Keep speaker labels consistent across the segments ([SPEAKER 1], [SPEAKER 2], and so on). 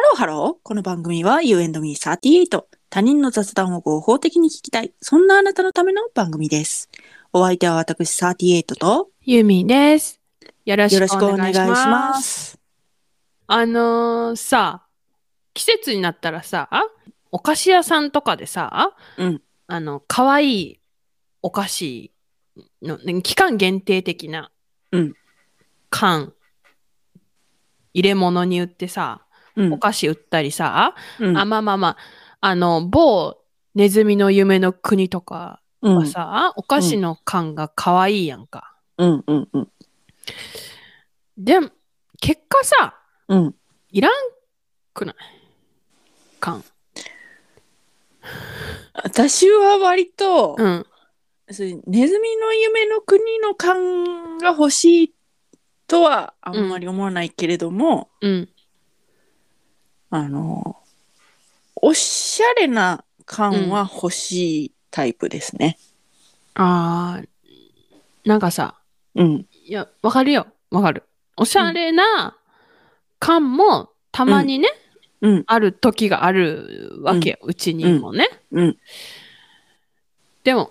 [SPEAKER 1] ロハロー。この番組は You and me38。他人の雑談を合法的に聞きたい。そんなあなたのための番組です。お相手は私38と
[SPEAKER 2] ユミです。よろし
[SPEAKER 1] よ
[SPEAKER 2] く
[SPEAKER 1] ろしく
[SPEAKER 2] お
[SPEAKER 1] お願
[SPEAKER 2] 願
[SPEAKER 1] い
[SPEAKER 2] い
[SPEAKER 1] し
[SPEAKER 2] します。
[SPEAKER 1] ます。
[SPEAKER 2] あのーさ、季節になったらさ、お菓子屋さんとかでさ、
[SPEAKER 1] うん
[SPEAKER 2] あの、可愛いお菓子の、ね期間限定的な、
[SPEAKER 1] うん
[SPEAKER 2] 缶、入れ物に売ってさ、
[SPEAKER 1] うん
[SPEAKER 2] お菓子売ったりさ、
[SPEAKER 1] うん
[SPEAKER 2] あ、まあまあまあ、あの、某ネズミの夢の国とか
[SPEAKER 1] うん
[SPEAKER 2] はさ、お菓子の缶が可愛いやんか。
[SPEAKER 1] うんうんうん
[SPEAKER 2] でも、結果さ、
[SPEAKER 1] うん。
[SPEAKER 2] いらんくない感。
[SPEAKER 1] 私は割と、
[SPEAKER 2] うん。
[SPEAKER 1] そういうネズミの夢の国の感が欲しいとはあんまり思わないけれども、
[SPEAKER 2] うん。
[SPEAKER 1] あの、おしゃれな感は欲しいタイプですね。
[SPEAKER 2] あー、なんかさ、
[SPEAKER 1] うん。
[SPEAKER 2] いや、わかるよ。わかる。おしゃれな感もたまにね、
[SPEAKER 1] うん。
[SPEAKER 2] ある時があるわけよ。うちにもね。
[SPEAKER 1] うん。
[SPEAKER 2] でも、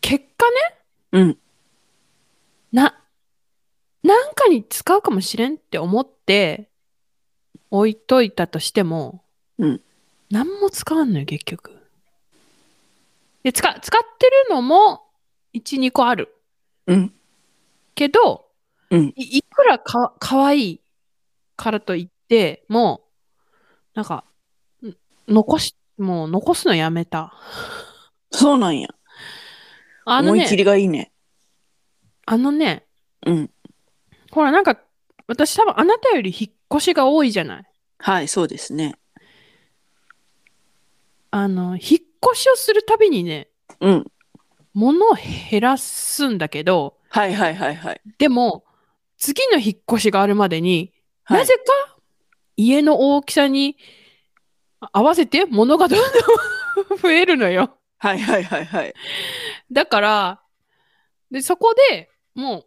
[SPEAKER 2] 結果ね、
[SPEAKER 1] うん。
[SPEAKER 2] な、なんかに使うかもしれんって思って、置いといたとしても、
[SPEAKER 1] うん
[SPEAKER 2] 何も使わんのよ、結局。で、使、使ってるのも、1、2個ある。
[SPEAKER 1] うん。
[SPEAKER 2] けど、
[SPEAKER 1] うん
[SPEAKER 2] いいくらかかわいいからといって、もう、なんか、ん残し、もう残すのやめた。
[SPEAKER 1] そうなんや。
[SPEAKER 2] あの
[SPEAKER 1] 思い切
[SPEAKER 2] ね、
[SPEAKER 1] りがいいね。
[SPEAKER 2] あのね、
[SPEAKER 1] うん。
[SPEAKER 2] ほら、なんか、私多分あなたより引っ越しが多いじゃない。
[SPEAKER 1] はい、そうですね。
[SPEAKER 2] あの、引っ越しをするたびにね、
[SPEAKER 1] うん。
[SPEAKER 2] 物を減らすんだけど、
[SPEAKER 1] はいはいはいはい。
[SPEAKER 2] でも、次の引っ越しがあるまでに、
[SPEAKER 1] はい
[SPEAKER 2] なぜか家の大きさにあ合わせて物がどんどん増えるのよ。
[SPEAKER 1] はいはいはいはい。
[SPEAKER 2] だから、で、そこでも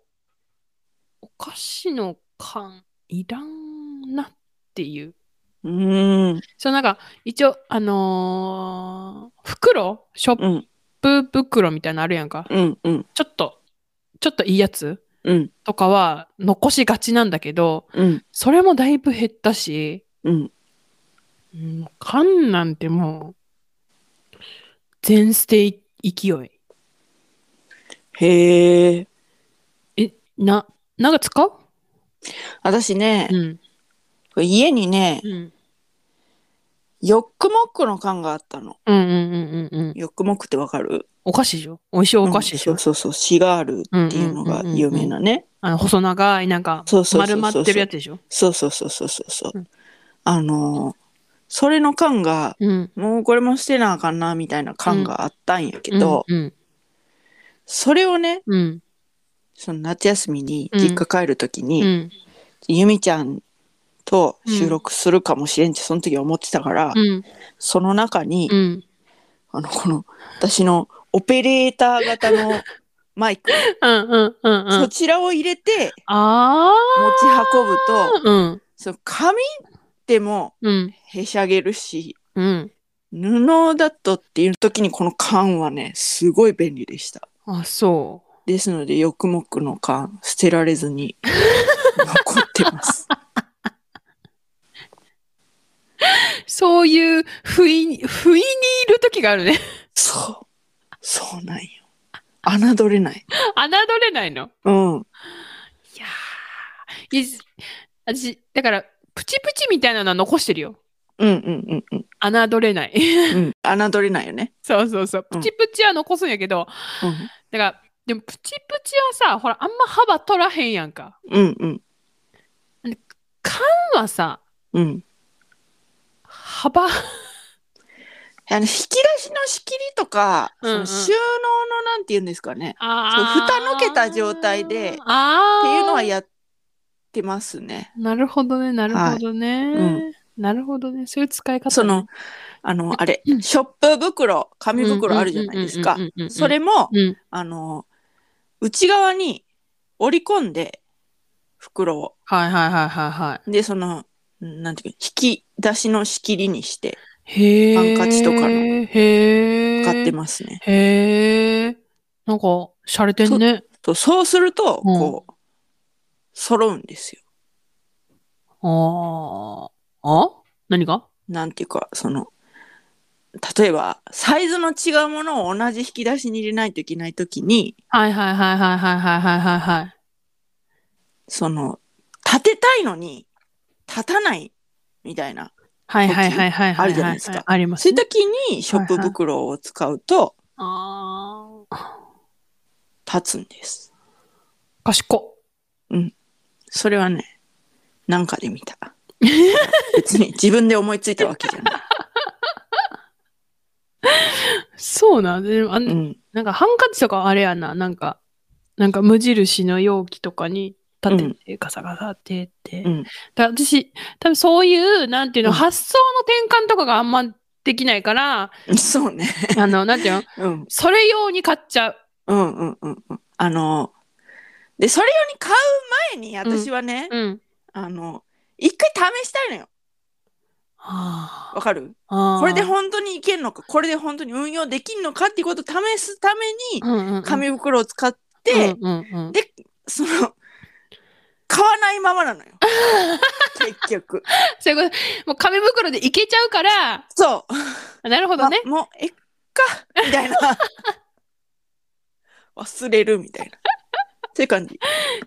[SPEAKER 2] う、お菓子の缶いらんなっていう。
[SPEAKER 1] うーん。
[SPEAKER 2] そうなんか、一応、あのー袋ショッ
[SPEAKER 1] うん
[SPEAKER 2] プ袋みたいなのあるやんか。
[SPEAKER 1] うんうん
[SPEAKER 2] ちょっと、ちょっといいやつ
[SPEAKER 1] うん
[SPEAKER 2] とかは残しがちなんだけど、
[SPEAKER 1] うん
[SPEAKER 2] それもだいぶ減ったし、
[SPEAKER 1] うん。
[SPEAKER 2] うん、缶なんてもう、全捨てい勢い。
[SPEAKER 1] へえ。
[SPEAKER 2] え、な、なんか使う
[SPEAKER 1] 私ね
[SPEAKER 2] う、ん。
[SPEAKER 1] 家にね
[SPEAKER 2] う、ん。
[SPEAKER 1] ヨックモックの缶があったの。
[SPEAKER 2] うんうんうんうんうん。
[SPEAKER 1] ヨックモックってわかる
[SPEAKER 2] お菓子でしょ美味しいお菓子でしょ、
[SPEAKER 1] うんそうそうそう。シガールっていうのが有名なね。
[SPEAKER 2] あの、細長い、なんか
[SPEAKER 1] そうそうそう、そ
[SPEAKER 2] 丸
[SPEAKER 1] う
[SPEAKER 2] まってるやつでしょ。
[SPEAKER 1] そうそうそうそうそうそううんあのー、それの缶が、
[SPEAKER 2] うん。
[SPEAKER 1] もうこれも捨てなあかんなみたいな感があったんやけど、
[SPEAKER 2] うん。
[SPEAKER 1] それをね
[SPEAKER 2] うん。
[SPEAKER 1] その夏休みに
[SPEAKER 2] うん
[SPEAKER 1] 実家帰る時
[SPEAKER 2] う
[SPEAKER 1] に、
[SPEAKER 2] ん。
[SPEAKER 1] ゆみちゃんと収録するかもしれんってその時思ってたから、
[SPEAKER 2] うん。
[SPEAKER 1] その中に、
[SPEAKER 2] うん。
[SPEAKER 1] あのこの私のオペレーター型 のマイク、
[SPEAKER 2] うん。うん。うん。う
[SPEAKER 1] そ
[SPEAKER 2] ん。
[SPEAKER 1] ちらを入れて
[SPEAKER 2] あ
[SPEAKER 1] 持ち運ぶと
[SPEAKER 2] ー。うん。
[SPEAKER 1] その紙でも
[SPEAKER 2] うん。
[SPEAKER 1] へしゃげるし
[SPEAKER 2] うん。
[SPEAKER 1] 布だとっていう時にこの缶はねすごい便利でした。
[SPEAKER 2] あ、そう。
[SPEAKER 1] ですので、よくもくの缶、捨てられず に残ってます。
[SPEAKER 2] そういう不意に、不意にいる時があるね。
[SPEAKER 1] そう。そうなんよ。侮れない。
[SPEAKER 2] 侮れないの。
[SPEAKER 1] うん。
[SPEAKER 2] いやーいや私、だから、プチプチみたいなのは残してるよ。
[SPEAKER 1] うんうんうん
[SPEAKER 2] 侮れない。
[SPEAKER 1] うん。うん。侮れないよね。
[SPEAKER 2] そうそうそう。
[SPEAKER 1] うん
[SPEAKER 2] プチプチは残すんやけど、だから、でもプチプチはさ、ほら、あんま幅取らへんやんか。
[SPEAKER 1] うん。うんうん。
[SPEAKER 2] 缶はさ、
[SPEAKER 1] うん。
[SPEAKER 2] 幅、
[SPEAKER 1] あの、引き出しの仕切りとか、
[SPEAKER 2] うんうん
[SPEAKER 1] その収納のなんて言うんですかね。
[SPEAKER 2] あー
[SPEAKER 1] そう蓋のけた状態で
[SPEAKER 2] あ
[SPEAKER 1] っ
[SPEAKER 2] ー
[SPEAKER 1] ていうのはやってますね。
[SPEAKER 2] なるほどね、なるほどね。
[SPEAKER 1] うん
[SPEAKER 2] なるほどね。そういう使い方ね、
[SPEAKER 1] その、あの、あれ、ショップ袋、紙袋あるじゃないですか
[SPEAKER 2] うん。うんうんうんうんうん。
[SPEAKER 1] それも、
[SPEAKER 2] うん。
[SPEAKER 1] あの、内側に折り込んで、袋を。
[SPEAKER 2] はいはいはいはいはい。
[SPEAKER 1] で、その、うんなんていうか、引き出しの仕切りにして
[SPEAKER 2] へえ。
[SPEAKER 1] ハンカチとかの
[SPEAKER 2] へえ。
[SPEAKER 1] 買ってますね。
[SPEAKER 2] へえ。なんか、洒落てんね。
[SPEAKER 1] そうそうすると、
[SPEAKER 2] うん
[SPEAKER 1] こう、揃うんですよ。
[SPEAKER 2] ああ。あ何が
[SPEAKER 1] なんていうか、その、例えば、サイズの違うものを同じ引き出しに入れないといけないときに、
[SPEAKER 2] はいはいはいはいはいはいはいはいはい。
[SPEAKER 1] その、立てたいのに、立たない、みたいな。
[SPEAKER 2] はいはいはいはいはいはい。
[SPEAKER 1] あるじゃないですか
[SPEAKER 2] ありま
[SPEAKER 1] そう
[SPEAKER 2] す
[SPEAKER 1] いう
[SPEAKER 2] ね。
[SPEAKER 1] 時に、ショップ袋を使うと、
[SPEAKER 2] ああ。
[SPEAKER 1] 立つんです。
[SPEAKER 2] 賢っ。
[SPEAKER 1] それはね、なんかで見 た。別に自分で思いついたわけじゃない。
[SPEAKER 2] そうなんでもあん
[SPEAKER 1] うん。
[SPEAKER 2] なんかハンカチとかあれやな、なんか、なんか無印の容器とかに立てて、ガサガサってって。
[SPEAKER 1] うん
[SPEAKER 2] だ私、多分そういう、なんていうの、
[SPEAKER 1] うん
[SPEAKER 2] 発想の転換とかがあんまできな いから、
[SPEAKER 1] そうね。
[SPEAKER 2] あの、なんていうの、
[SPEAKER 1] うん。
[SPEAKER 2] それ用に買っちゃう。
[SPEAKER 1] うんうんうんうん。あの、で、それ用に買う前に私はね、
[SPEAKER 2] うん。
[SPEAKER 1] あの、一回試したいのよ。
[SPEAKER 2] あ
[SPEAKER 1] わかる
[SPEAKER 2] あ
[SPEAKER 1] これで本当にいけるのか、これで本当に運用できるのかっていうことを試すために、
[SPEAKER 2] 紙
[SPEAKER 1] 紙袋を使って、
[SPEAKER 2] うんうん うん、
[SPEAKER 1] でその、買わないままなの よ。結局。
[SPEAKER 2] そういうこと、もう紙袋でいけちゃうから、
[SPEAKER 1] そう。
[SPEAKER 2] なるほどね。
[SPEAKER 1] まもう、えっか、み たいな。忘れるみたいな。そういう感じ。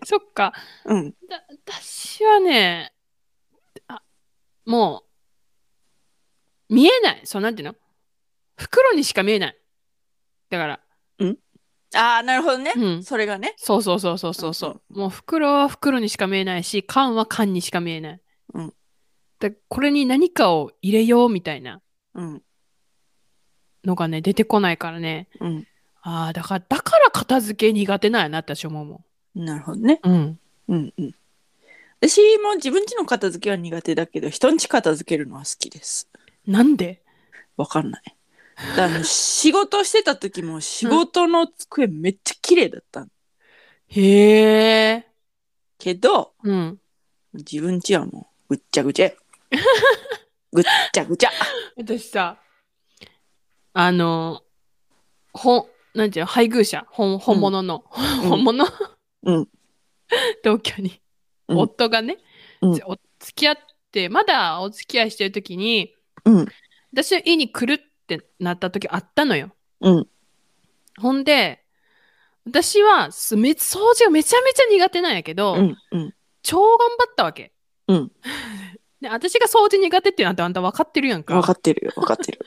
[SPEAKER 2] そっか。
[SPEAKER 1] うん。
[SPEAKER 2] だ私はねあもう見えないそうなんていうの袋にしか見えないだから
[SPEAKER 1] ああ、なるほどね。
[SPEAKER 2] うん
[SPEAKER 1] それがね。
[SPEAKER 2] そうそうそうそうそうそうもう袋は袋にしか見えないし缶は缶にしか見えない、
[SPEAKER 1] うん、
[SPEAKER 2] だこれに何かを入れようみたいな
[SPEAKER 1] うん。
[SPEAKER 2] のがね出てこないからね
[SPEAKER 1] うん。
[SPEAKER 2] ああだからだから片付け苦手なんやなって私思うも
[SPEAKER 1] なるほどね。
[SPEAKER 2] んうん
[SPEAKER 1] うんうん。私も自分家の片付けは苦手だけど、人ん家片付けるのは好きです。
[SPEAKER 2] なんで
[SPEAKER 1] わかんない。だから仕事してた時も仕事の机めっちゃ綺麗だった
[SPEAKER 2] へえ
[SPEAKER 1] けど、
[SPEAKER 2] うん
[SPEAKER 1] 自分家はもうぐっちゃぐ ちゃよ。ぐっちゃぐちゃ。
[SPEAKER 2] 私さあの本なんていうの配偶者本本物の、
[SPEAKER 1] うん
[SPEAKER 2] 本物、
[SPEAKER 1] うん
[SPEAKER 2] 同居に、
[SPEAKER 1] うん
[SPEAKER 2] 夫がね、
[SPEAKER 1] うん
[SPEAKER 2] お付き合ってまだお付き合いしてる時に
[SPEAKER 1] うん。
[SPEAKER 2] 私の家に来るってなった時あったのよ
[SPEAKER 1] うん。
[SPEAKER 2] ほんで私はすめ掃除がめちゃめちゃ苦手なんやけど、
[SPEAKER 1] うん。うん。
[SPEAKER 2] 超頑張ったわけ、
[SPEAKER 1] うん、
[SPEAKER 2] で私が掃除苦手ってなんてあんた分かってるやんか
[SPEAKER 1] わかってるよ。わかってる。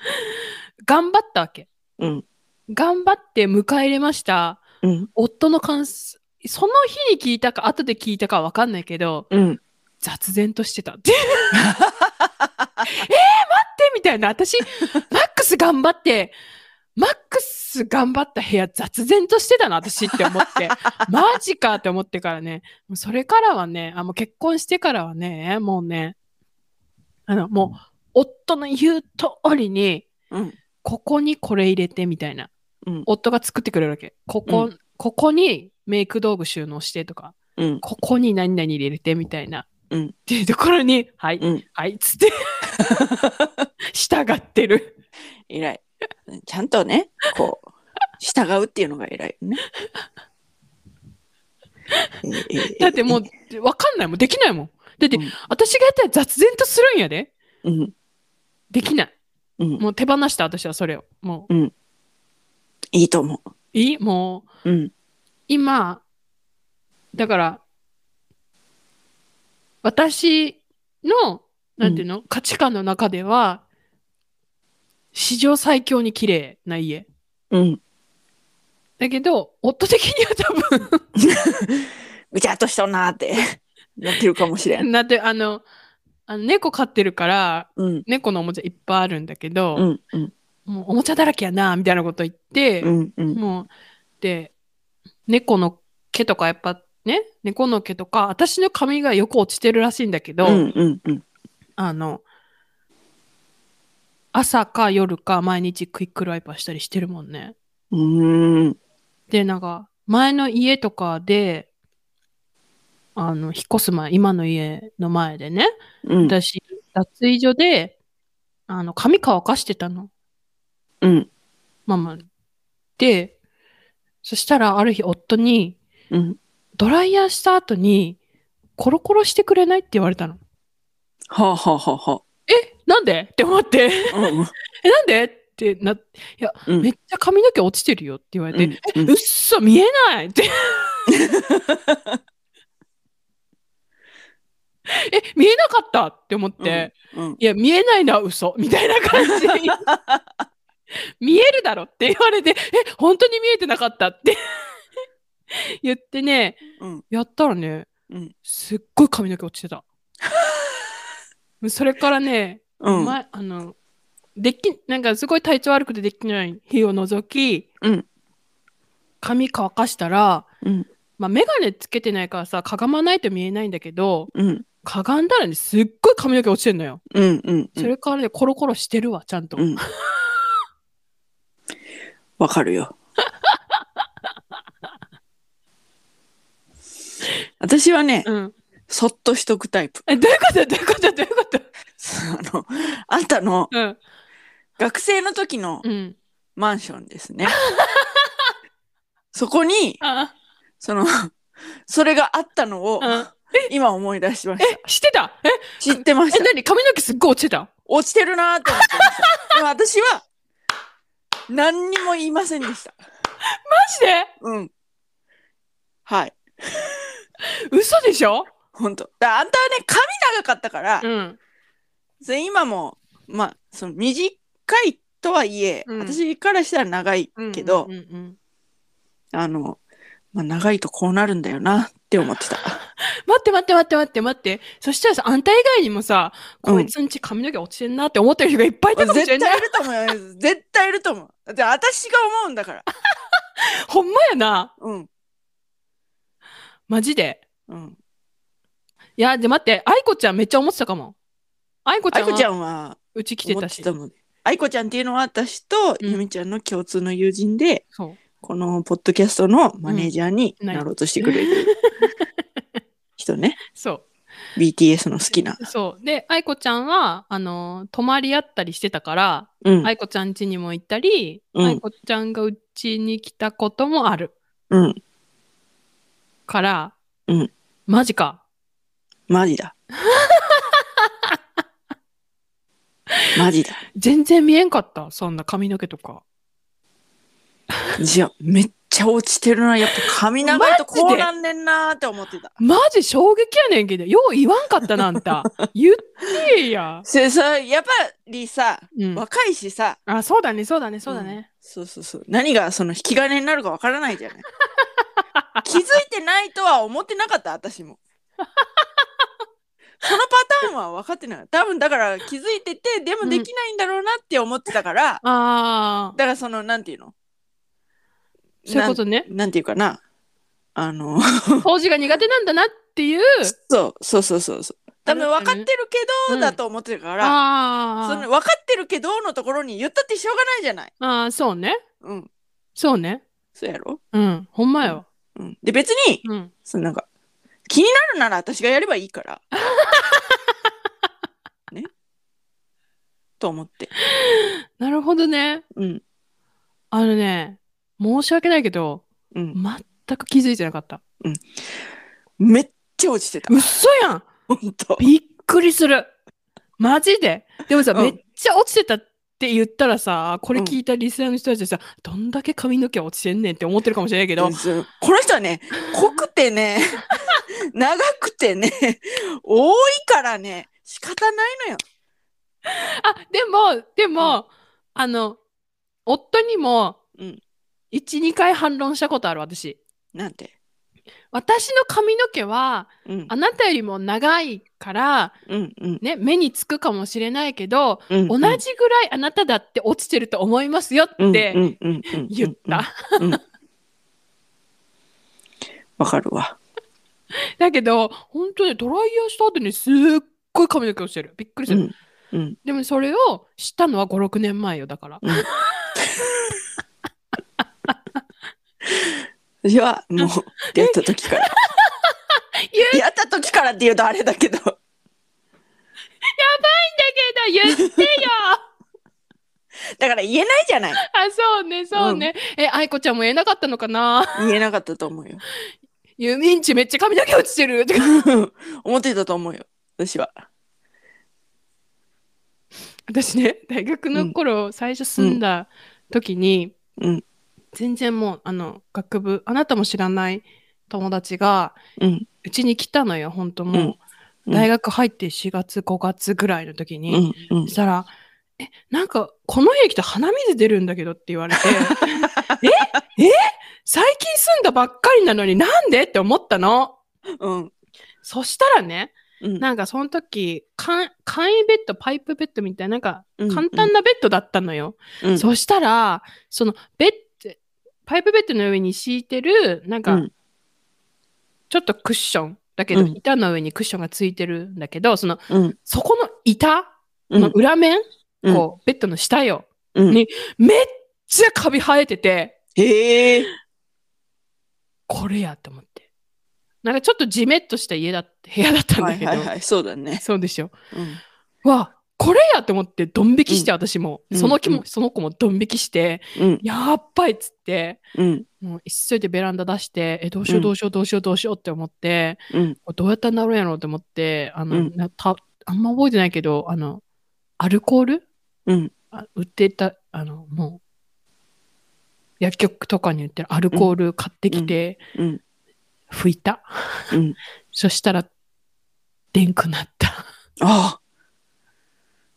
[SPEAKER 2] 頑張ったわけ
[SPEAKER 1] うん。
[SPEAKER 2] 頑張って迎え入れました
[SPEAKER 1] うん。
[SPEAKER 2] 夫の感想その日に聞いたか後で聞いたかわかんないけど
[SPEAKER 1] うん。
[SPEAKER 2] 雑然としてた ってえー、待ってみたいな私マックス頑張ってマックス頑張った部屋雑然としてたな私って思ってマジかって思ってからねもうそれからはねあもう結婚してからはねもうねあのもう夫の言う通りに
[SPEAKER 1] うん。
[SPEAKER 2] ここにこれ入れてみたいな、
[SPEAKER 1] うん
[SPEAKER 2] 夫が作ってくれるわけここ、
[SPEAKER 1] う
[SPEAKER 2] ここにメイク道具収納してとか
[SPEAKER 1] うん。
[SPEAKER 2] ここに何々入れてみたいな、
[SPEAKER 1] うん
[SPEAKER 2] っていうところにはい、
[SPEAKER 1] うん
[SPEAKER 2] はいっつ って従ってる
[SPEAKER 1] 偉い。ちゃんとね、こう、従うっていうのが偉いよね。えーえー
[SPEAKER 2] だってもう分かんないもんできないもんだって、
[SPEAKER 1] うん
[SPEAKER 2] 私がやったら雑然とするんやで
[SPEAKER 1] うん、
[SPEAKER 2] できない
[SPEAKER 1] うん、
[SPEAKER 2] もう手放した私はそれをもう
[SPEAKER 1] いいと思
[SPEAKER 2] いいもう
[SPEAKER 1] う。うん、
[SPEAKER 2] 今だから私のなんていうの、価値観の中では史上最強に綺麗な家
[SPEAKER 1] うん。
[SPEAKER 2] だけど夫的には多分
[SPEAKER 1] ぐちゃっとしとんなーって、なってるかもしれん。
[SPEAKER 2] なんてあのあの猫飼ってるから
[SPEAKER 1] うん、
[SPEAKER 2] 猫のおもちゃいっぱいあるんだけ
[SPEAKER 1] う
[SPEAKER 2] ど、
[SPEAKER 1] ん、うん、
[SPEAKER 2] もうおもちゃだらけやなみたいなこと言って、
[SPEAKER 1] うん、うん、
[SPEAKER 2] もうで猫の毛とかやっぱね猫の毛とか私の髪がよく落ちてるらしいんだけど、
[SPEAKER 1] うん、うん、うん。
[SPEAKER 2] あの、朝か夜か毎日クイックルワイパーしたりしてるもんね。
[SPEAKER 1] うーん、
[SPEAKER 2] で、なんか、前の家とかで、あの、引っ越す前、今の家の前でね、
[SPEAKER 1] うん。
[SPEAKER 2] 私、脱衣所で、あの、髪乾かしてたの、
[SPEAKER 1] うん。
[SPEAKER 2] ママ。で、そしたらある日夫に、
[SPEAKER 1] うん。
[SPEAKER 2] ドライヤーした後に、コロコロしてくれないって言われたの。
[SPEAKER 1] はあ、はあはあは
[SPEAKER 2] え、なんでって思って、
[SPEAKER 1] あ、うん
[SPEAKER 2] え、なんでってな、いや、
[SPEAKER 1] うん
[SPEAKER 2] めっちゃ髪の毛落ちてるよって言われて、
[SPEAKER 1] うんうん
[SPEAKER 2] うっそ見えないって え見えなかったって思って、
[SPEAKER 1] うん。
[SPEAKER 2] いや見えないのは嘘みたいな感じ見えるだろって言われてえ本当に見えてなかったって言ってね
[SPEAKER 1] うん。
[SPEAKER 2] やったらね、
[SPEAKER 1] うん
[SPEAKER 2] すっごい髪の毛落ち てたそれからね、
[SPEAKER 1] うん。うん。
[SPEAKER 2] 前あのできなんかすごい体調悪くてできない日を除き、
[SPEAKER 1] うん
[SPEAKER 2] 髪乾かしたら、
[SPEAKER 1] うん
[SPEAKER 2] まあ、眼鏡つけてないからさかがまないと見えないんだけど
[SPEAKER 1] うん。
[SPEAKER 2] かがんだらねすっごい髪の毛落ちてんのよ、
[SPEAKER 1] うん。うん。
[SPEAKER 2] それからねコロコロしてるわちゃんと、
[SPEAKER 1] うん。わかる よ。私はね、
[SPEAKER 2] うん
[SPEAKER 1] そっとしとくタイプ。
[SPEAKER 2] えどういうことどういうことどういうこと
[SPEAKER 1] あの、あんたの
[SPEAKER 2] うん
[SPEAKER 1] 学生の時の
[SPEAKER 2] うん
[SPEAKER 1] マンションですね。そこに、
[SPEAKER 2] あ
[SPEAKER 1] その、それがあったのを
[SPEAKER 2] あ、ああ
[SPEAKER 1] 今思い出しまし
[SPEAKER 2] えしてたえ
[SPEAKER 1] た。知ってまし
[SPEAKER 2] え
[SPEAKER 1] た。
[SPEAKER 2] 何髪の毛すっごい落ちてた
[SPEAKER 1] 落ちてるなーって思ってま した。でも私は、何にも言いませんでした。
[SPEAKER 2] マ
[SPEAKER 1] うん。はい。
[SPEAKER 2] ジで嘘でしょ
[SPEAKER 1] ほんと。だあんたはね、髪長かったから、
[SPEAKER 2] うん
[SPEAKER 1] それ今も、まあ、その短いとはいえ、
[SPEAKER 2] うん
[SPEAKER 1] 私からしたら長い
[SPEAKER 2] うん
[SPEAKER 1] けど、
[SPEAKER 2] うんうん
[SPEAKER 1] あの、まあ、長いとこうなるんだよなって思ってた。
[SPEAKER 2] 待って待って待って待って待って。そしたらさ、あんた以外にもさ、
[SPEAKER 1] うん
[SPEAKER 2] こいつんち髪の毛落ちてんなって思ってる人がいっぱいいたかもしれ
[SPEAKER 1] 絶
[SPEAKER 2] ない。
[SPEAKER 1] 対いると思うよ。 絶対いると思う。だって私が思うんだから。
[SPEAKER 2] ほんまやな。
[SPEAKER 1] うん。
[SPEAKER 2] マジで。
[SPEAKER 1] うん。
[SPEAKER 2] いや、で待って、愛子ちゃんめっちゃ思ってたかも。愛子ち
[SPEAKER 1] 愛
[SPEAKER 2] ゃん
[SPEAKER 1] 子ちゃ
[SPEAKER 2] は
[SPEAKER 1] んは、
[SPEAKER 2] うち来て
[SPEAKER 1] 思
[SPEAKER 2] た
[SPEAKER 1] って
[SPEAKER 2] し。
[SPEAKER 1] たもんね。愛子ちゃんっていうのは私と
[SPEAKER 2] うん
[SPEAKER 1] ゆみちゃんの共通の友人で、
[SPEAKER 2] そう。
[SPEAKER 1] このポッドキャストのマネージャーになろうとしてくれる人 ね。
[SPEAKER 2] そ
[SPEAKER 1] BTS の好きな。
[SPEAKER 2] う。そう。で、愛子ちゃんは、あの、泊まり合ったりしてたから、
[SPEAKER 1] うん。
[SPEAKER 2] 愛子ちゃん家にも行ったり、
[SPEAKER 1] うん
[SPEAKER 2] 愛子ちゃんがうちに来たこともある
[SPEAKER 1] うん。
[SPEAKER 2] から、
[SPEAKER 1] うん
[SPEAKER 2] マジか。
[SPEAKER 1] マジだ。 マジだ。
[SPEAKER 2] 全然見えんかった。そんな髪の毛とか。
[SPEAKER 1] じゃあ、めっちゃ落ちてるな。やっぱ髪長いとこうなんねんなーって思ってた。
[SPEAKER 2] マジ衝撃やねんけど、よう言わんかったな、あん た。言ってや。
[SPEAKER 1] せさ、やっぱりさ、
[SPEAKER 2] うん。
[SPEAKER 1] 若いしさ、
[SPEAKER 2] あ、そうだね、そうだね、そうだね。
[SPEAKER 1] そうそうそう。何がその引き金になるかわからないじゃない。気づいてないとは思ってなかった、私も。そのパターンは分かってない。多分だから気づいてて、でもできないんだろうなって思ってたから、
[SPEAKER 2] ああ、
[SPEAKER 1] だからその、なんていうの
[SPEAKER 2] そういうことね。
[SPEAKER 1] なんなんていうかな。あの、
[SPEAKER 2] 掃除が苦手なんだなって いう。
[SPEAKER 1] そう そうそうそうそう。多分分かってるけ
[SPEAKER 2] う
[SPEAKER 1] ど
[SPEAKER 2] ん
[SPEAKER 1] だと思ってるから、そ
[SPEAKER 2] あ
[SPEAKER 1] の分かってるけどのところに言ったってしょうがないじゃない。
[SPEAKER 2] あ、ああ、そうね。
[SPEAKER 1] うん。
[SPEAKER 2] そうね。
[SPEAKER 1] そうやろ
[SPEAKER 2] うん、ほんまよ。
[SPEAKER 1] うん。で、別に、
[SPEAKER 2] うん。
[SPEAKER 1] そのなんか気になるなら私がやればいい から。ね。と思って。
[SPEAKER 2] なるほどね。
[SPEAKER 1] うん
[SPEAKER 2] あのね、申し訳ないけど、
[SPEAKER 1] うん。
[SPEAKER 2] 全く気づいてなかった。
[SPEAKER 1] めっちゃ落ちてた。
[SPEAKER 2] 嘘やん
[SPEAKER 1] 本当。
[SPEAKER 2] びっくりする。マジで。でもさ、
[SPEAKER 1] うん
[SPEAKER 2] めっちゃ落ちてたって言ったらさ、これ聞いたリスナーの人たちはさ、どんだけ髪の毛落ちてんねんって思ってるかもしれないけど、
[SPEAKER 1] そうこの人は ね、濃くてね、 長くてね、多いからね、仕方ないのよ。
[SPEAKER 2] あでもでも、
[SPEAKER 1] う
[SPEAKER 2] あの夫にも
[SPEAKER 1] うん
[SPEAKER 2] 12、回反論したことある私
[SPEAKER 1] なんて。
[SPEAKER 2] 私の髪の毛は
[SPEAKER 1] うん
[SPEAKER 2] あ。なたよりも長いから、
[SPEAKER 1] うんうん。
[SPEAKER 2] ね、目につくかもしれないけど、
[SPEAKER 1] うん
[SPEAKER 2] 同じぐらいあなただって落ちてると思いますよって言った、。
[SPEAKER 1] うんうんうんうんうんうんわかるわ。
[SPEAKER 2] だけど本当にドライヤーした後にすっごい髪の毛落ちてるびっくりす
[SPEAKER 1] う
[SPEAKER 2] る、
[SPEAKER 1] んうん
[SPEAKER 2] でもそれを知ったのは56年前よだから
[SPEAKER 1] うん 私はもう出会った時から。
[SPEAKER 2] い
[SPEAKER 1] やった時からって言うとあれだけど。
[SPEAKER 2] けど、言って よ
[SPEAKER 1] だから言えないじゃない。
[SPEAKER 2] あ、そうね、そうね。え、愛子ちゃんも言えなかったのかな
[SPEAKER 1] 言えなかったと思うよ。
[SPEAKER 2] 郵便地めっちゃ髪の毛落ちてるとか
[SPEAKER 1] 思ってたと思うよ。私は。
[SPEAKER 2] 私ね大学の頃、最初住んだ時に、
[SPEAKER 1] うん
[SPEAKER 2] 全然もうあの学部あなたも知らない友達が
[SPEAKER 1] うん。
[SPEAKER 2] うちに来たのよ本当もう、
[SPEAKER 1] うん
[SPEAKER 2] 大学入って4月5月ぐらいの時
[SPEAKER 1] う
[SPEAKER 2] に、
[SPEAKER 1] ん。うん
[SPEAKER 2] そしたら「えなんかこの家来て鼻水出るんだけど」って言 われて「ええ最近住んだばっかりなのになんで?」って思ったの。
[SPEAKER 1] うん。
[SPEAKER 2] そしたらね
[SPEAKER 1] うん。
[SPEAKER 2] なんかその時簡簡易ベッドパイプベッドみたいななんか
[SPEAKER 1] うん
[SPEAKER 2] 簡単なベッドだったのよ。
[SPEAKER 1] うん
[SPEAKER 2] そしたらそのベッドパイプベッドの上に敷いてるなん
[SPEAKER 1] う
[SPEAKER 2] か
[SPEAKER 1] ん
[SPEAKER 2] ちょっとクッションだけど、
[SPEAKER 1] うん
[SPEAKER 2] 板の上にクッションがついてるんだけどその
[SPEAKER 1] うん。
[SPEAKER 2] そこの板
[SPEAKER 1] うん
[SPEAKER 2] の裏面、
[SPEAKER 1] うん
[SPEAKER 2] こうベッドの下よ
[SPEAKER 1] うん
[SPEAKER 2] ねめっちゃカビ生えてて
[SPEAKER 1] へえ。
[SPEAKER 2] これやと思ってなんかちょっとジメッとした家だ部屋だったん
[SPEAKER 1] は
[SPEAKER 2] だ
[SPEAKER 1] い
[SPEAKER 2] けど、
[SPEAKER 1] はいはい。そうだね。
[SPEAKER 2] そうでしょ
[SPEAKER 1] うん
[SPEAKER 2] わこれやと思ってドン引きして、私も
[SPEAKER 1] うん
[SPEAKER 2] その気も、
[SPEAKER 1] う
[SPEAKER 2] その子もドン引きして、
[SPEAKER 1] うん。
[SPEAKER 2] やっばいっつって
[SPEAKER 1] うん。
[SPEAKER 2] もう急いでベランダ出して、え、どうしよ
[SPEAKER 1] う
[SPEAKER 2] うんどうしようどうしようどうしようって思って、
[SPEAKER 1] うん。
[SPEAKER 2] これどうやったんだろうやろうと思って、あの、
[SPEAKER 1] うん
[SPEAKER 2] なたあんま覚えてないけど、あの、アルコール
[SPEAKER 1] うん。
[SPEAKER 2] あ売ってた、あの、もう、薬局とかに売ってるアルコール買ってきて、
[SPEAKER 1] うん。
[SPEAKER 2] 拭いた。
[SPEAKER 1] うん。
[SPEAKER 2] そしたら、でんくなった。
[SPEAKER 1] ああ。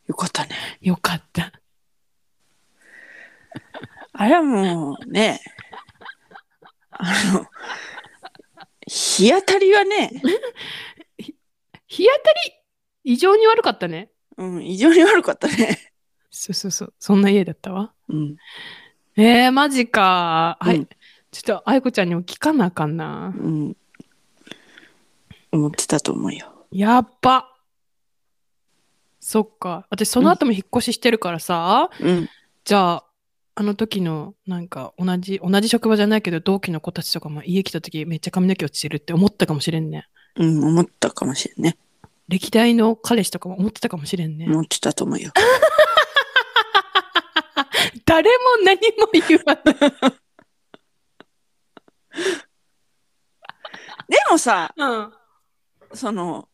[SPEAKER 1] よかったね。
[SPEAKER 2] よかった。
[SPEAKER 1] あれはもうね、あの、日当たりはね、
[SPEAKER 2] 日当たり、異常に悪かったね。
[SPEAKER 1] うん、異常に悪かったね。
[SPEAKER 2] そうそうそう。そんな家だったわ。
[SPEAKER 1] うん。
[SPEAKER 2] えー、マジか。はい。
[SPEAKER 1] うん
[SPEAKER 2] ちょっと、愛子ちゃんにも聞かなあかんな。
[SPEAKER 1] うん。思ってたと思うよ。
[SPEAKER 2] やっば。そっか。私、その後も引っ越ししてるからさ、
[SPEAKER 1] うん。
[SPEAKER 2] じゃあ、あの時の、なんか、同じ、同じ職場じゃないけど、同期の子たちとかも家来た時、めっちゃ髪の毛落ちてるって思ったかもしれんね。
[SPEAKER 1] うん、思ったかもしれんね。
[SPEAKER 2] 歴代の彼氏とかも思ってたかもしれんね。
[SPEAKER 1] 思ってたと思うよ。
[SPEAKER 2] 誰も何も言わない。
[SPEAKER 1] でもさ、
[SPEAKER 2] うん。
[SPEAKER 1] その、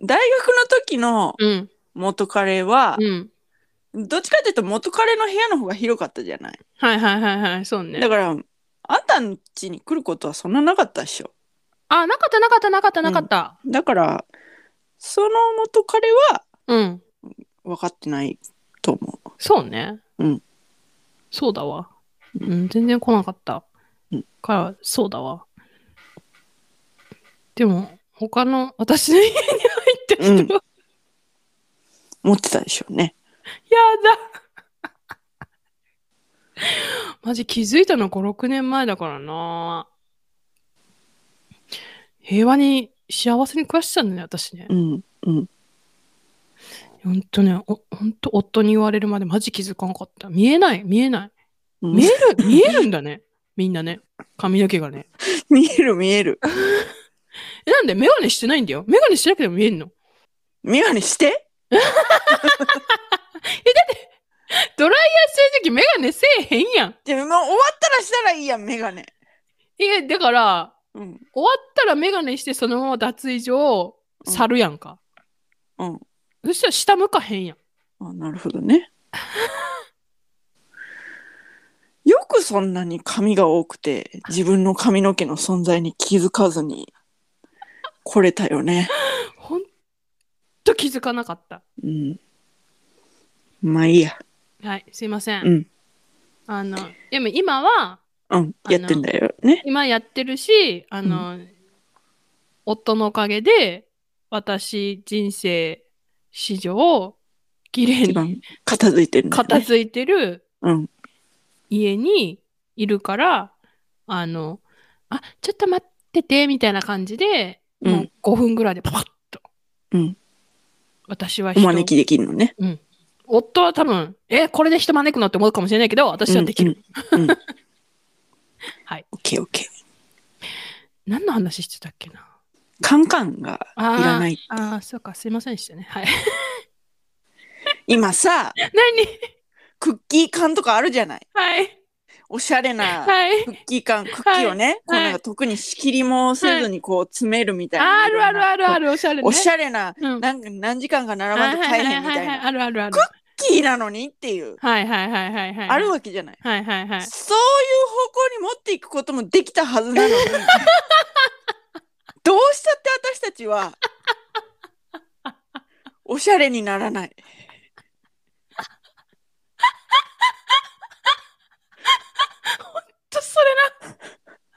[SPEAKER 1] 大学の時の
[SPEAKER 2] うん。
[SPEAKER 1] 元彼は、
[SPEAKER 2] うん。
[SPEAKER 1] どっちかっていうと元彼の部屋の方が広かったじゃない。
[SPEAKER 2] はいはいはいはい。そうね
[SPEAKER 1] だ。から、あんたん家に来ることはそんななかったでしょ。
[SPEAKER 2] あ、なかったなかったなかったなかった。
[SPEAKER 1] だから、その元彼は
[SPEAKER 2] うん。
[SPEAKER 1] 分かってないと思う。
[SPEAKER 2] そうね。
[SPEAKER 1] うん。
[SPEAKER 2] そうだわ。
[SPEAKER 1] う
[SPEAKER 2] うん、全然来なかった。
[SPEAKER 1] うん
[SPEAKER 2] から、そうだわ。でも、他の、私の家に入った人、
[SPEAKER 1] うん
[SPEAKER 2] やだ。
[SPEAKER 1] 思ってたでしょうね。
[SPEAKER 2] マジ気づいたの5、6年前だからな。平和に幸せに暮らしてたんだね、私ね
[SPEAKER 1] う。ん。うん。
[SPEAKER 2] ほんとね、おほんと夫に言われるまでマジ気づかなかった。見えない、見えない。
[SPEAKER 1] うん
[SPEAKER 2] 見える、見えるんだね。みんなね。髪の毛がね。
[SPEAKER 1] 見える見える。
[SPEAKER 2] え、なんでメガネしてないんだよ。メガネしてなくても見えんの。
[SPEAKER 1] 眼鏡して
[SPEAKER 2] そういう時メガネせえへんやん。
[SPEAKER 1] でももう終わったらしたらいいやん、眼鏡。
[SPEAKER 2] いや、だから、
[SPEAKER 1] うん。
[SPEAKER 2] 終わったらメガネしてそのまま脱衣所を去るやんか。
[SPEAKER 1] うん。
[SPEAKER 2] そしたら下向かへんやん。
[SPEAKER 1] あ、なるほどね。 よくそんなに髪が多くて、自分の髪の毛の存在に気づかずに来れたよね。
[SPEAKER 2] ほんと気づかなかった。
[SPEAKER 1] うん。まあいいや。
[SPEAKER 2] はい、すいません。
[SPEAKER 1] うん。
[SPEAKER 2] あの、でも今は、
[SPEAKER 1] うん。
[SPEAKER 2] あの
[SPEAKER 1] やってんだよね。
[SPEAKER 2] 今やってるし、あの、夫のおかげで、私人生史上、綺
[SPEAKER 1] 一
[SPEAKER 2] 麗に
[SPEAKER 1] 番片付いてるんだよね。
[SPEAKER 2] 片付いてる
[SPEAKER 1] うん。
[SPEAKER 2] 家にいるからあのあちょっと待っててみたいな感じで、
[SPEAKER 1] うん
[SPEAKER 2] もう5分ぐらいでパパッと、
[SPEAKER 1] うん
[SPEAKER 2] 私は
[SPEAKER 1] お
[SPEAKER 2] 人
[SPEAKER 1] 招きできるのね。
[SPEAKER 2] 夫は多分えこれで人招くのって思うかもしれないけど私はできる、
[SPEAKER 1] うん。うん。
[SPEAKER 2] はい。
[SPEAKER 1] オッケーオッケー。
[SPEAKER 2] 何の話してたっけな
[SPEAKER 1] カンカンがい
[SPEAKER 2] あー
[SPEAKER 1] らない。
[SPEAKER 2] ああ、そうか、すいませんでしたね。はい。
[SPEAKER 1] 今さ、
[SPEAKER 2] 何
[SPEAKER 1] クッキー缶とかあるじゃない。
[SPEAKER 2] はい。
[SPEAKER 1] おしゃれな
[SPEAKER 2] はい
[SPEAKER 1] ク。ッキー缶、クッキーをね、こうなんか特に仕切りもせずにこう詰めるみたいな。
[SPEAKER 2] あるあるあるあ
[SPEAKER 1] る。
[SPEAKER 2] る、おしゃれね。
[SPEAKER 1] おしゃれな、
[SPEAKER 2] うん
[SPEAKER 1] なんか何時間か並
[SPEAKER 2] は
[SPEAKER 1] ば
[SPEAKER 2] い
[SPEAKER 1] んと
[SPEAKER 2] はい
[SPEAKER 1] 大
[SPEAKER 2] はい
[SPEAKER 1] 変み
[SPEAKER 2] は
[SPEAKER 1] たい
[SPEAKER 2] いはい。
[SPEAKER 1] な。
[SPEAKER 2] あるあるある。
[SPEAKER 1] クッキーなのにっていう、
[SPEAKER 2] はいはいはいはいはい。
[SPEAKER 1] あるわけじゃない。
[SPEAKER 2] はいはいはい。
[SPEAKER 1] そういう方向に持っていくこともできたはずな のに。どうしたって私たちは、おしゃれにならない。
[SPEAKER 2] と、それ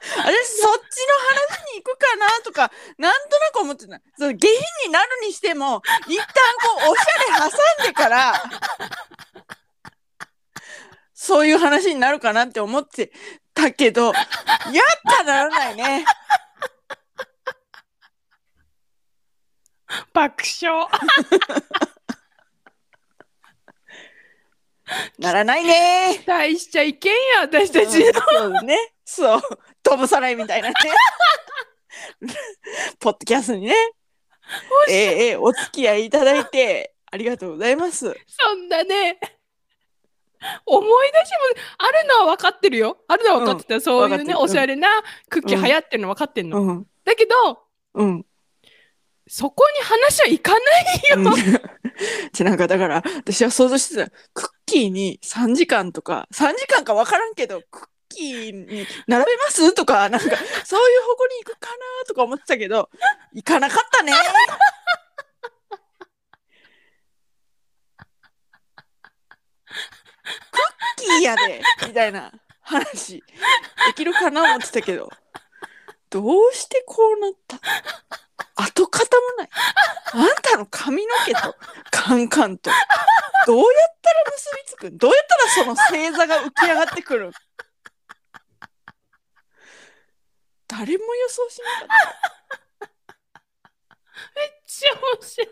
[SPEAKER 1] 私、そっちの話に行くかなとか、なんとなく思ってた。その下品になるにしても、一旦こう、おしゃれ挟んでから、そういう話になるかなって思ってたけ ど、やったならないね。
[SPEAKER 2] な、爆笑。
[SPEAKER 1] ならないね。
[SPEAKER 2] 大しちゃいけんや、私たち。
[SPEAKER 1] うんそうね。そう。飛ばさないみたい なね。ポッドキャストにね。ええええお付き合いいただいて、ありがとうございます。
[SPEAKER 2] そんなね、思い出しも、あるのは分かってるよ。あるのは分かってた。そういう
[SPEAKER 1] 分かって
[SPEAKER 2] ね、
[SPEAKER 1] る
[SPEAKER 2] おしゃれなクッキー流行ってるの分かってんの。
[SPEAKER 1] うん。
[SPEAKER 2] だけど、
[SPEAKER 1] うん。
[SPEAKER 2] そこに話はいかない よ。
[SPEAKER 1] じゃなんかだから、私は想像してた。クッキーに3時間とか、3時間かわからんけど、クッキーに並べますとか、なんか、そういう方向に行くかなとか思ってたけど、行かなかったね。クッキーやで、みたいな話、できるかな思ってたけど、どうしてこうなった跡形もない。あんたの髪の毛と カンカンとどうやったら結びつくんどうやったらその星座が浮き上がってくるん誰も予想しなかっ
[SPEAKER 2] めっちゃ面白い。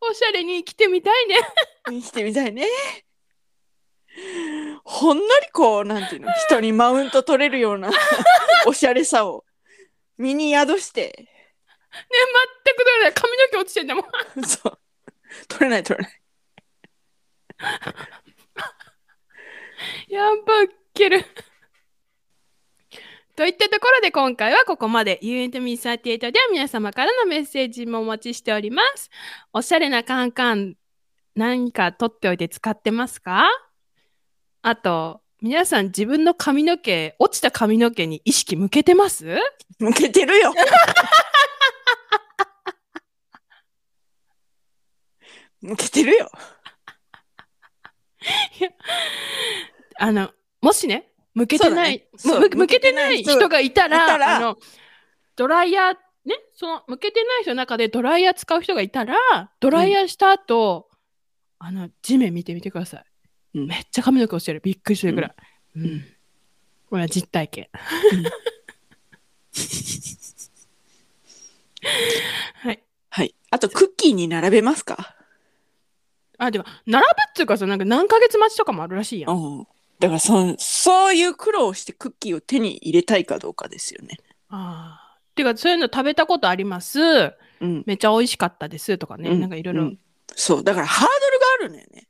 [SPEAKER 2] あーおしゃれに生きてみたいね。
[SPEAKER 1] た見てみたいねほんのりこうなんていうの人にマウント取れるような おしゃれさを身に宿して
[SPEAKER 2] ね、全くだめだ。髪の毛落ちてんだもん。
[SPEAKER 1] そう取れない取れない
[SPEAKER 2] やばっける。 といったところで今回はここまで You and me38 では皆様からのメッセージもお待ちしております。おしゃれなカンカン何か取っておいて使ってますかあと皆さん自分の髪の毛落ちた髪の毛に意識向けてます
[SPEAKER 1] 向けて るよ向けてるよ
[SPEAKER 2] あのもしね向けてない、
[SPEAKER 1] そうだね
[SPEAKER 2] む
[SPEAKER 1] そう
[SPEAKER 2] 向けてない人がいたら
[SPEAKER 1] いたら
[SPEAKER 2] あのドライヤーねその向けてない人の中でドライヤー使う人がいたらドライヤーした後、あの地面見てみてください、
[SPEAKER 1] うん
[SPEAKER 2] めっちゃ髪の毛落ちてるびっくりするぐらい、うん
[SPEAKER 1] うん
[SPEAKER 2] これは実体験はい
[SPEAKER 1] はい。あと、クッキーに並べますか
[SPEAKER 2] あでも並ぶっていうかさなんか何ヶ月待ちとかもあるらしいやん
[SPEAKER 1] ん。だからそ、そういう苦労をしてクッキーを手に入れたいかどうかですよね。
[SPEAKER 2] あーてかそういうの食べたことあります
[SPEAKER 1] うん。
[SPEAKER 2] めっちゃ美味しかったですとかね、
[SPEAKER 1] うん
[SPEAKER 2] なんかいろいろ、
[SPEAKER 1] うんそう。だから、ハードルがあるのよね。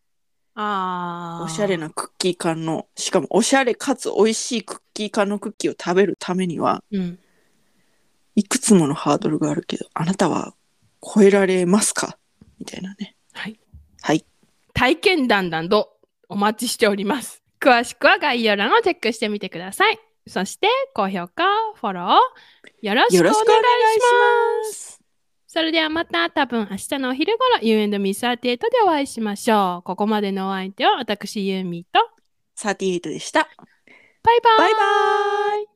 [SPEAKER 2] ああ
[SPEAKER 1] おしゃれなクッキー缶の、しかもおしゃれかつ美味しいクッキー缶のクッキーを食べるためには、
[SPEAKER 2] うん
[SPEAKER 1] いくつものハードルがあるけど、あなたは超えられますかみたいなね。
[SPEAKER 2] はい、
[SPEAKER 1] はい。
[SPEAKER 2] 体験談などお待ちしております詳しくは概要欄をチェックしてみてくださいそして高評価フォローよろしくお願いします
[SPEAKER 1] す。
[SPEAKER 2] それではまた多分明日のお昼頃 You and me38 でお会いしましょうここまでのお相手は私ユーミーと
[SPEAKER 1] 38でした。
[SPEAKER 2] バイバー
[SPEAKER 1] バイバーイ